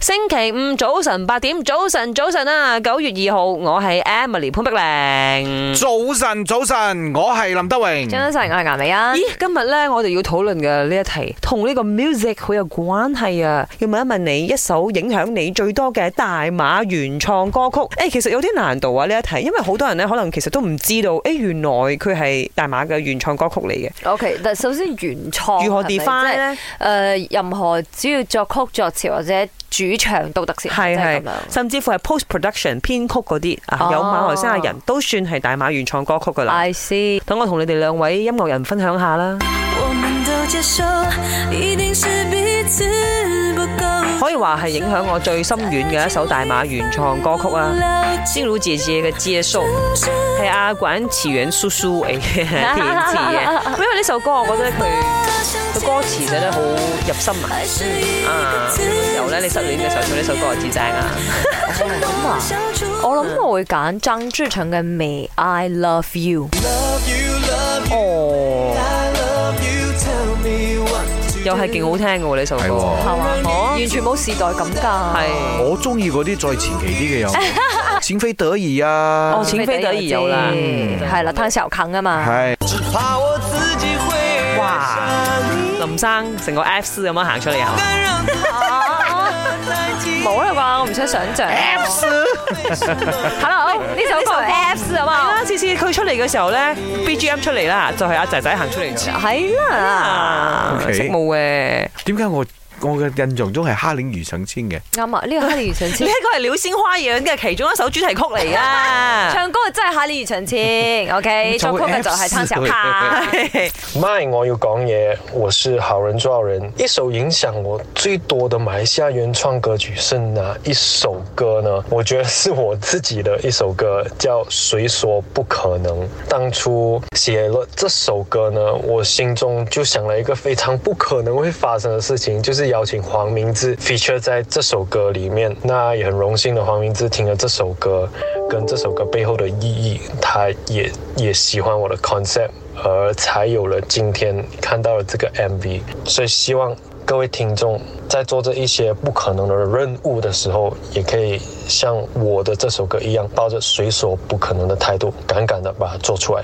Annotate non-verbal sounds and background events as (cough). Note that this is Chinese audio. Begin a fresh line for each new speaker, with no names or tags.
星期五早晨八點，早晨早晨啊！九月二號，我係 Emily 潘碧玲。
早晨，早晨，我係林德榮。
張生，我係顏美欣。
嗯咦，今日咧我哋要討論嘅呢一題，同呢個 music 好有關係啊！要問一問你一首影響你最多嘅大馬原創歌曲。誒、其實有啲難度啊呢一題，因為好多人咧可能其實都唔知道，誒、原來佢係大馬嘅原創歌曲嚟嘅。
O K，但首先原創
如何
係哦咪
define
即係
咧？
誒，任何只要作曲作詞或者主唱都得先，
係
即係
係
咁樣。
甚至乎係 post production 編曲嗰啲啊，有馬來西亞
哦
人都算係大馬原創歌曲噶啦。
I see。
等我同你哋兩位音樂人分享下啦，
我们都接受，一定是彼此不够。
可以話係影響我最深遠嘅一首大馬原創歌曲啊！《心如姐姐嘅接受》係阿管詞源叔叔嚟嘅填詞嘅， (laughs) 因為呢首歌我覺得佢佢歌詞寫得好入心啊！啊，然後咧你失戀嘅時候唱呢首歌就至正啊！
我諗我會揀張智成嘅《May I Love You》。
哦，又係勁好聽嘅喎呢首
係
歌，
喎，
係嘛？完全冇時代感㗎。
嗯係。
我中意嗰啲再前期啲嘅有，淺非得已啊
哦，錢非得已有啦嗯
係啦，貪小近啊嘛。
係
怕我自己会
哇！林生成個 F 咁樣行出嚟啊！
冇啦啩，我唔想想像。Hello，呢首歌係 Apps 啊
係
嘛。
啦，次次佢出嚟嘅時候咧，BGM 出嚟啦，就係阿仔仔行出嚟㗎。
係啦，
啊
OK
識冇嘅，
點解我我嘅印象中係哈林庾澄慶嘅？
啱啊！呢個《哈利與神 (laughs)
呢
仙》
個係《鳥仙花樣》嘅其中一首主題曲嚟 (laughs) 啊！
唱歌真係《哈利與神仙》，OK，
就
作
會
曲嘅就係湯小卡。
麦，我有讲嘢，我是好人做好人。一首影响我最多的马来西亚原创歌曲是哪一首歌呢？我觉得是我自己的一首歌，叫《谁说不可能》。当初写了这首歌呢，我心中就想了一个非常不可能会发生的事情，就是邀请黄明志 feature 在这首歌里面。那也很荣幸的，黄明志听了这首歌，跟这首歌背后的意义，他也也喜欢我的 concept。而才有了今天看到了这个 MV。所以希望各位听众在做这一些不可能的任务的时候，也可以像我的这首歌一样，抱着随所不可能的态度，敢敢的把它做出来。